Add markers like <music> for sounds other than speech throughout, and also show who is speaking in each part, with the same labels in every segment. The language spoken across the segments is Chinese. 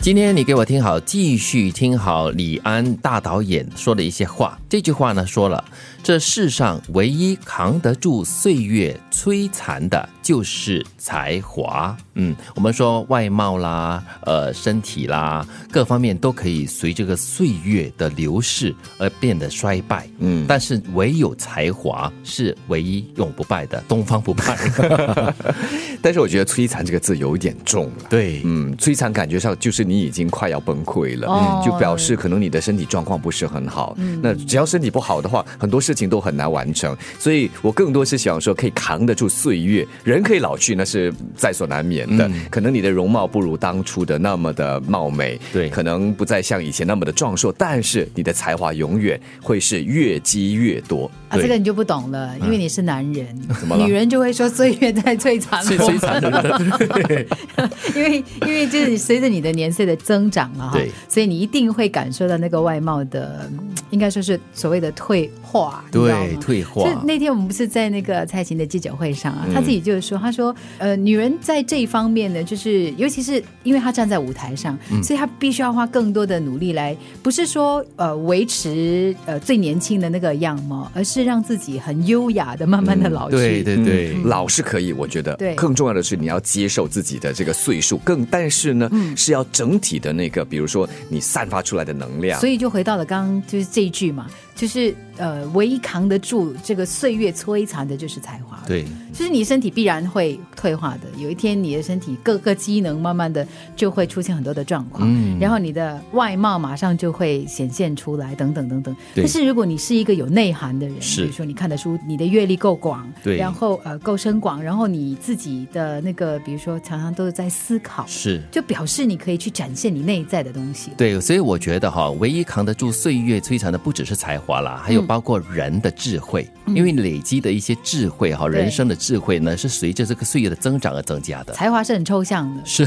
Speaker 1: 今天你给我听好，继续听好李安大导演说的一些话。这句话呢，说了这世上唯一扛得住岁月摧残的，就是才华。嗯，我们说外貌啦，呃，身体啦，各方面都可以随这个岁月的流逝而变得衰败。嗯，但是唯有才华是唯一永不败的，东方不败。
Speaker 2: 但是我觉得“摧残”这个字有一点重了。
Speaker 1: <laughs> <laughs> 对
Speaker 2: 嗯，摧残感觉上就是你已经快要崩溃了，
Speaker 3: 哦嗯
Speaker 2: 就表示可能你的身体状况不是很好。那只要身体不好的话，很多事情都很难完成。所以我更多是想说，可以扛得住岁月，人可以老去，那是在所难免的。
Speaker 3: 嗯
Speaker 2: 可能你的容貌不如当初的那么的貌美，
Speaker 1: 对
Speaker 2: 可能不再像以前那么的壮硕，但是你的才华永远会是越积越多。
Speaker 3: 啊，这个你就不懂了，
Speaker 1: 嗯
Speaker 3: 因为你是男人，
Speaker 2: 么了
Speaker 3: 女人就会说岁月在摧
Speaker 1: <laughs>
Speaker 3: 残
Speaker 1: 最
Speaker 3: 我
Speaker 1: 摧残的人，对
Speaker 3: 因为因为就是你随着你的年岁的增长嘛，哈
Speaker 1: 对，
Speaker 3: 所以你一定会感受到那个外貌的，嗯应该说是所谓的退化，你知道吗
Speaker 1: 对，退化
Speaker 3: 就。那天我们不是在那个蔡琴的记者会上啊，
Speaker 1: 嗯
Speaker 3: 她自己就是说，她说，呃，女人在这一方面呢，就是尤其是因为她站在舞台上，
Speaker 1: 嗯
Speaker 3: 所以她必须要花更多的努力来，不是说呃维持呃最年轻的那个样貌，而是让自己很优雅的慢慢的老去。
Speaker 1: <laughs> 嗯对对对，
Speaker 2: 老是可以，我觉得。
Speaker 3: 对
Speaker 2: 更重要的是你要接受自己的这个岁数，更但是呢，是要整体的那个，比如说你散发出来的能量
Speaker 3: 所。以就回到了刚刚就是这一句嘛，就是呃，唯一扛得住这个岁月摧残的就是才华。，
Speaker 1: 对，
Speaker 3: 就是你身体必然会退化的，有一天你的身体各个机能慢慢的就会出现很多的状况，然后你的外貌马上就会显现出来，等等等等。
Speaker 1: 对
Speaker 3: 但是如果你是一个有内涵的人，
Speaker 1: 是
Speaker 3: 比如说你看得出你的阅历够广，
Speaker 1: 对
Speaker 3: 然后呃够深广，然后你自己的那个，比如说常常都是在思考，
Speaker 1: 是。
Speaker 3: 就表示你可以去展现你内在的东西。
Speaker 1: 对，所以我觉得哈，唯一扛得住岁月摧残的不只是才华啦，还有
Speaker 3: 嗯
Speaker 1: 包括人的智慧，因为累积的一些智慧哈，
Speaker 3: 对
Speaker 1: 人生的智慧呢，是随着这个岁月的增长而增加的。
Speaker 3: 才华是很抽象的，
Speaker 1: 是，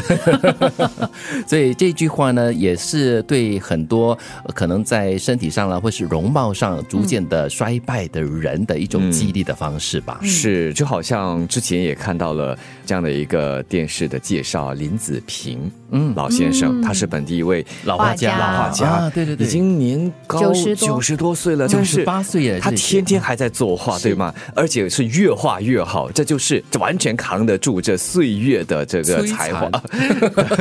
Speaker 1: 所以这句话呢，也是对很多呃可能在身体上啦，或是容貌上
Speaker 3: 嗯
Speaker 1: 逐渐的衰败的人的一种激励的方式吧。
Speaker 2: 是，就好像之前也看到了这样的一个电视的介绍，林子平，嗯，老先生，他是本地一位
Speaker 1: 老
Speaker 3: 画家
Speaker 2: 老画家，
Speaker 1: 啊对对对，
Speaker 2: 已经年高
Speaker 3: 90多
Speaker 2: 90多岁了，但是
Speaker 1: 98岁耶
Speaker 2: 他
Speaker 1: 这已经
Speaker 2: 天天还在作画，对吗？而且是越画越好，这就是完全扛得住这岁月的这个
Speaker 1: 摧
Speaker 2: 才华 <laughs>
Speaker 1: 残。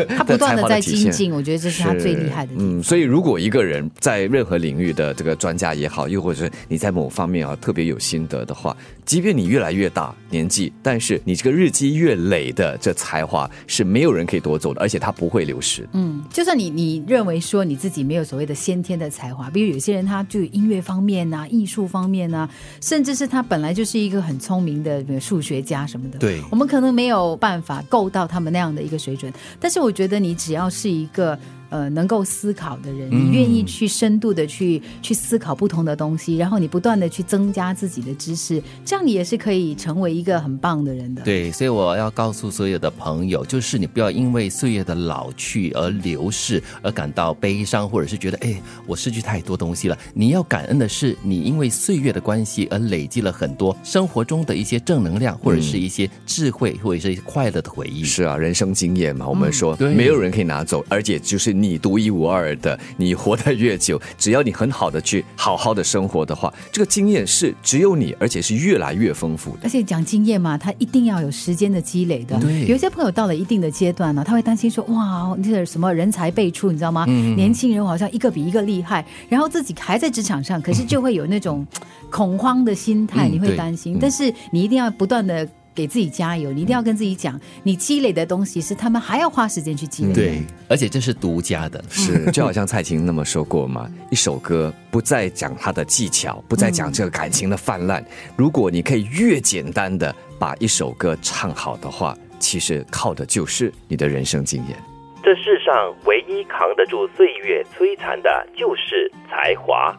Speaker 3: 他不断
Speaker 2: 才
Speaker 3: 的在
Speaker 2: 华的体
Speaker 3: 精
Speaker 2: 现
Speaker 3: 进，我觉得这是他最厉害的地方。
Speaker 2: 嗯，所以如果一个人在任何领域的这个专家也好，又或者是你在某方面啊特别有心得的话，即便你越来越大年纪，但是你这个日积月累的这才华是没有人可以夺走的，而且它不会流失。
Speaker 3: 嗯，就算你你认为说你自己没有所谓的先天的才华，比如有些人他就音乐方面呐、艺术方面呐、甚至是他本来就是一个很聪明的比如数学家什么的，
Speaker 1: 对
Speaker 3: 我们可能没有办法够到他们那样的一个水准。但是我觉得你只要是一个。呃，能够思考的人，你愿意去深度的去、去思考不同的东西，然后你不断的去增加自己的知识，这样你也是可以成为一个很棒的人的。
Speaker 1: 对，所以我要告诉所有的朋友，就是你不要因为岁月的老去而流逝，而感到悲伤，或者是觉得哎，我失去太多东西了。你要感恩的是，你因为岁月的关系而累积了很多生活中的一些正能量，或者是一些智慧，或者是一些快乐的回忆。
Speaker 2: 是啊，人生经验嘛，我
Speaker 3: 嗯
Speaker 2: 们说、
Speaker 1: 对
Speaker 2: 没有人可以拿走，而且就是你独一无二的，你活得越久，只要你很好的去好好的生活的话，这个经验是只有你，而且是越来越丰富的。
Speaker 3: 而且讲经验嘛，他一定要有时间的积累的。
Speaker 1: 对
Speaker 3: 有一些朋友到了一定的阶段呢，他会担心说：“哇，那个什么人才辈出，你知道吗？
Speaker 1: 嗯
Speaker 3: 年轻人好像一个比一个厉害，然后自己还在职场上，可是就会有那种恐慌的心态，
Speaker 1: 嗯
Speaker 3: 你会
Speaker 1: 对
Speaker 3: 担心。但是你一定要不断的。”给自己加油，你一定要跟自己讲，你积累的东西是他们还要花时间去积累
Speaker 1: 嗯
Speaker 3: 的。
Speaker 1: 对，而且这是独家的，
Speaker 2: 是，就好像蔡琴那么说过嘛， <laughs> 一首歌不再讲它的技巧，不再讲这个感情的泛滥。如果你可以越简单的把一首歌唱好的话，其实靠的就是你的人生经验。
Speaker 4: 这世上唯一扛得住岁月摧残的，就是才华。